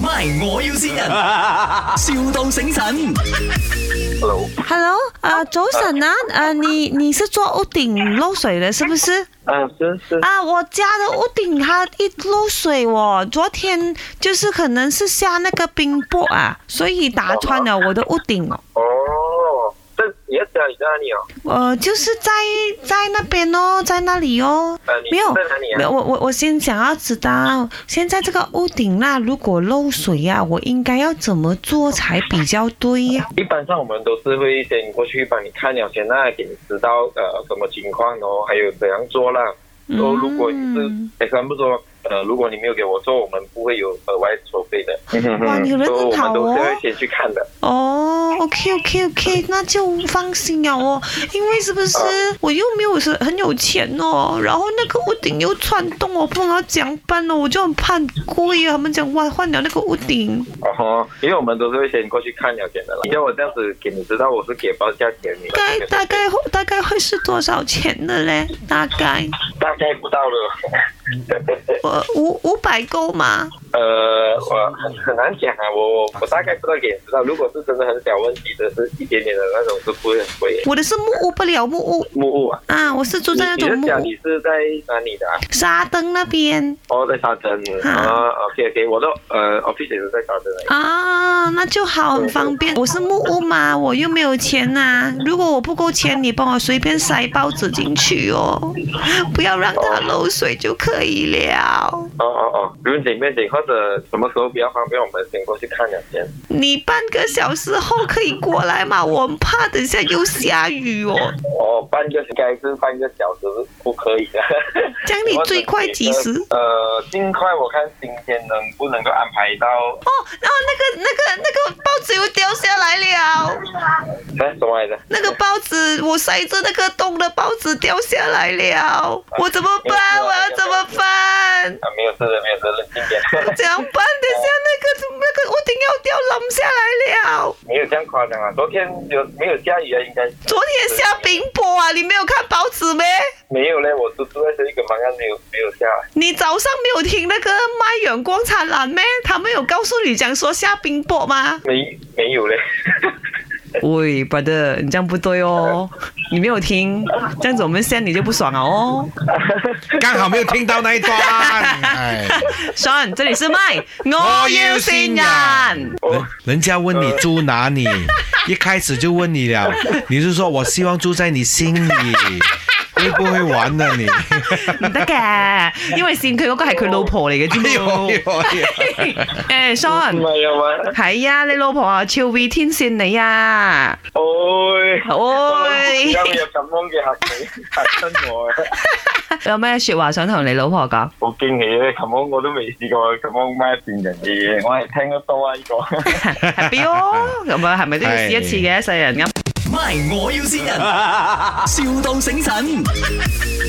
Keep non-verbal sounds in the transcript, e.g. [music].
My，我要先人，, [laughs] 笑到醒神。 Hello， Hello，啊、早晨啊，啊，你你是做屋顶漏水的，是不是？嗯，是是，啊，我家的屋顶它一漏水哦，昨天就是可能是下那个冰雹啊，所以打穿了我的屋顶哦。哦，这你在家里在哪里哦？呃，就是在在那边哦，在那里哦呃，你没有在哪里啊，没有，我我我先想要知道，现在这个屋顶啦，如果漏水呀、我应该要怎么做才比较对呀、一般上我们都是会先过去帮你看了先啦，给你知道呃什么情况哦，还有怎样做啦。然后如果你是嗯，哎，他们说呃，如果你没有给我做，我们不会有额外收费的。哇你人所以我真好们哦都是会先去看的。哦，OK [laughs] OK OK，那就放心了哦，因为是不是啊我又没有是很有钱哦，然后那个屋顶又窜动哦，不知道怎样办哦，我就很怕贵啊，他们讲哇换了那个屋顶，哦吼，因为我们都是会先过去看了先的啦。你叫我这样子给你知道，我是给报价给你的，该大概大概会是多少钱的嘞？大 [laughs] 概大概不到了。我五五百够吗？呃，我很很难讲啊，我我我大概不知道给你知道。如果是真的很小问题的，是一点点的那种，是不会很贵的。我的是木屋不了木屋木屋啊，啊，我是住你在那你种的木家屋你是在哪里的啊？沙登那边哦，在沙镇嗯啊。OK OK，我的呃 office 也是在沙镇的。啊，那就好，很方便。我是木屋嘛，我又没有钱呐、如果我不够钱，你帮我随便塞报纸进去哦，不要让它漏水就可以了。哦哦哦，不用紧，不用紧，或者什么时候比较方便，我们先过去看两天。你半个小时后可以过来嘛？我很怕等下又下雨哦。哦，半个应该是半个小时是不可以的。 [laughs] 这样你最快几 [laughs] 时？呃，尽快我看今天能不能够安排到。哦，然后那个那个那个报纸又掉下来了，哎，什么来着？那个报纸我塞着那个洞的报纸掉下来了，我怎么办？我要怎么办？啊，没有事的，没有事的， [laughs] 冷静点。怎样办？等下那个那个屋顶要掉冧下来了。没有这样夸张啊！昨天有没有下雨啊？应该昨天下冰雹啊，你没有看报纸没？没有嘞，我是住在这一个方案，没有没有下。你早上没有听那个卖阳光灿烂咩？他们有告诉你讲说下冰雹吗？没没有嘞，喂，brother，你这样不对哦，你没有听，这样子我们 send 你就不爽了哦。刚好没有听到那一段。哎， Sean，这里是麦，我我要要新新人人。人人家问你住哪里，一开始就问你了，你就说我希望住在你心里，会不会玩呢、你？唔得嘅，因為線佢嗰個係佢老婆嚟嘅啫哎呦哎嘛。呦哎 [laughs] 呦！誒，Sean， [laughs] 没有吗？係啊，你老婆啊，超 V 天線你 [laughs] 啊，哎，哦而喂，家有咁樣嘅客仔嚇親我啊！有咩説話想同你老婆 [laughs] 講？好驚喜咧，咁樣我都未試過咁樣咩變人嘅嘢，我係聽得多啊呢個。 Happy 哦，咁啊，係咪都要試一次嘅世人咁？ My，我要先人，,笑到醒神。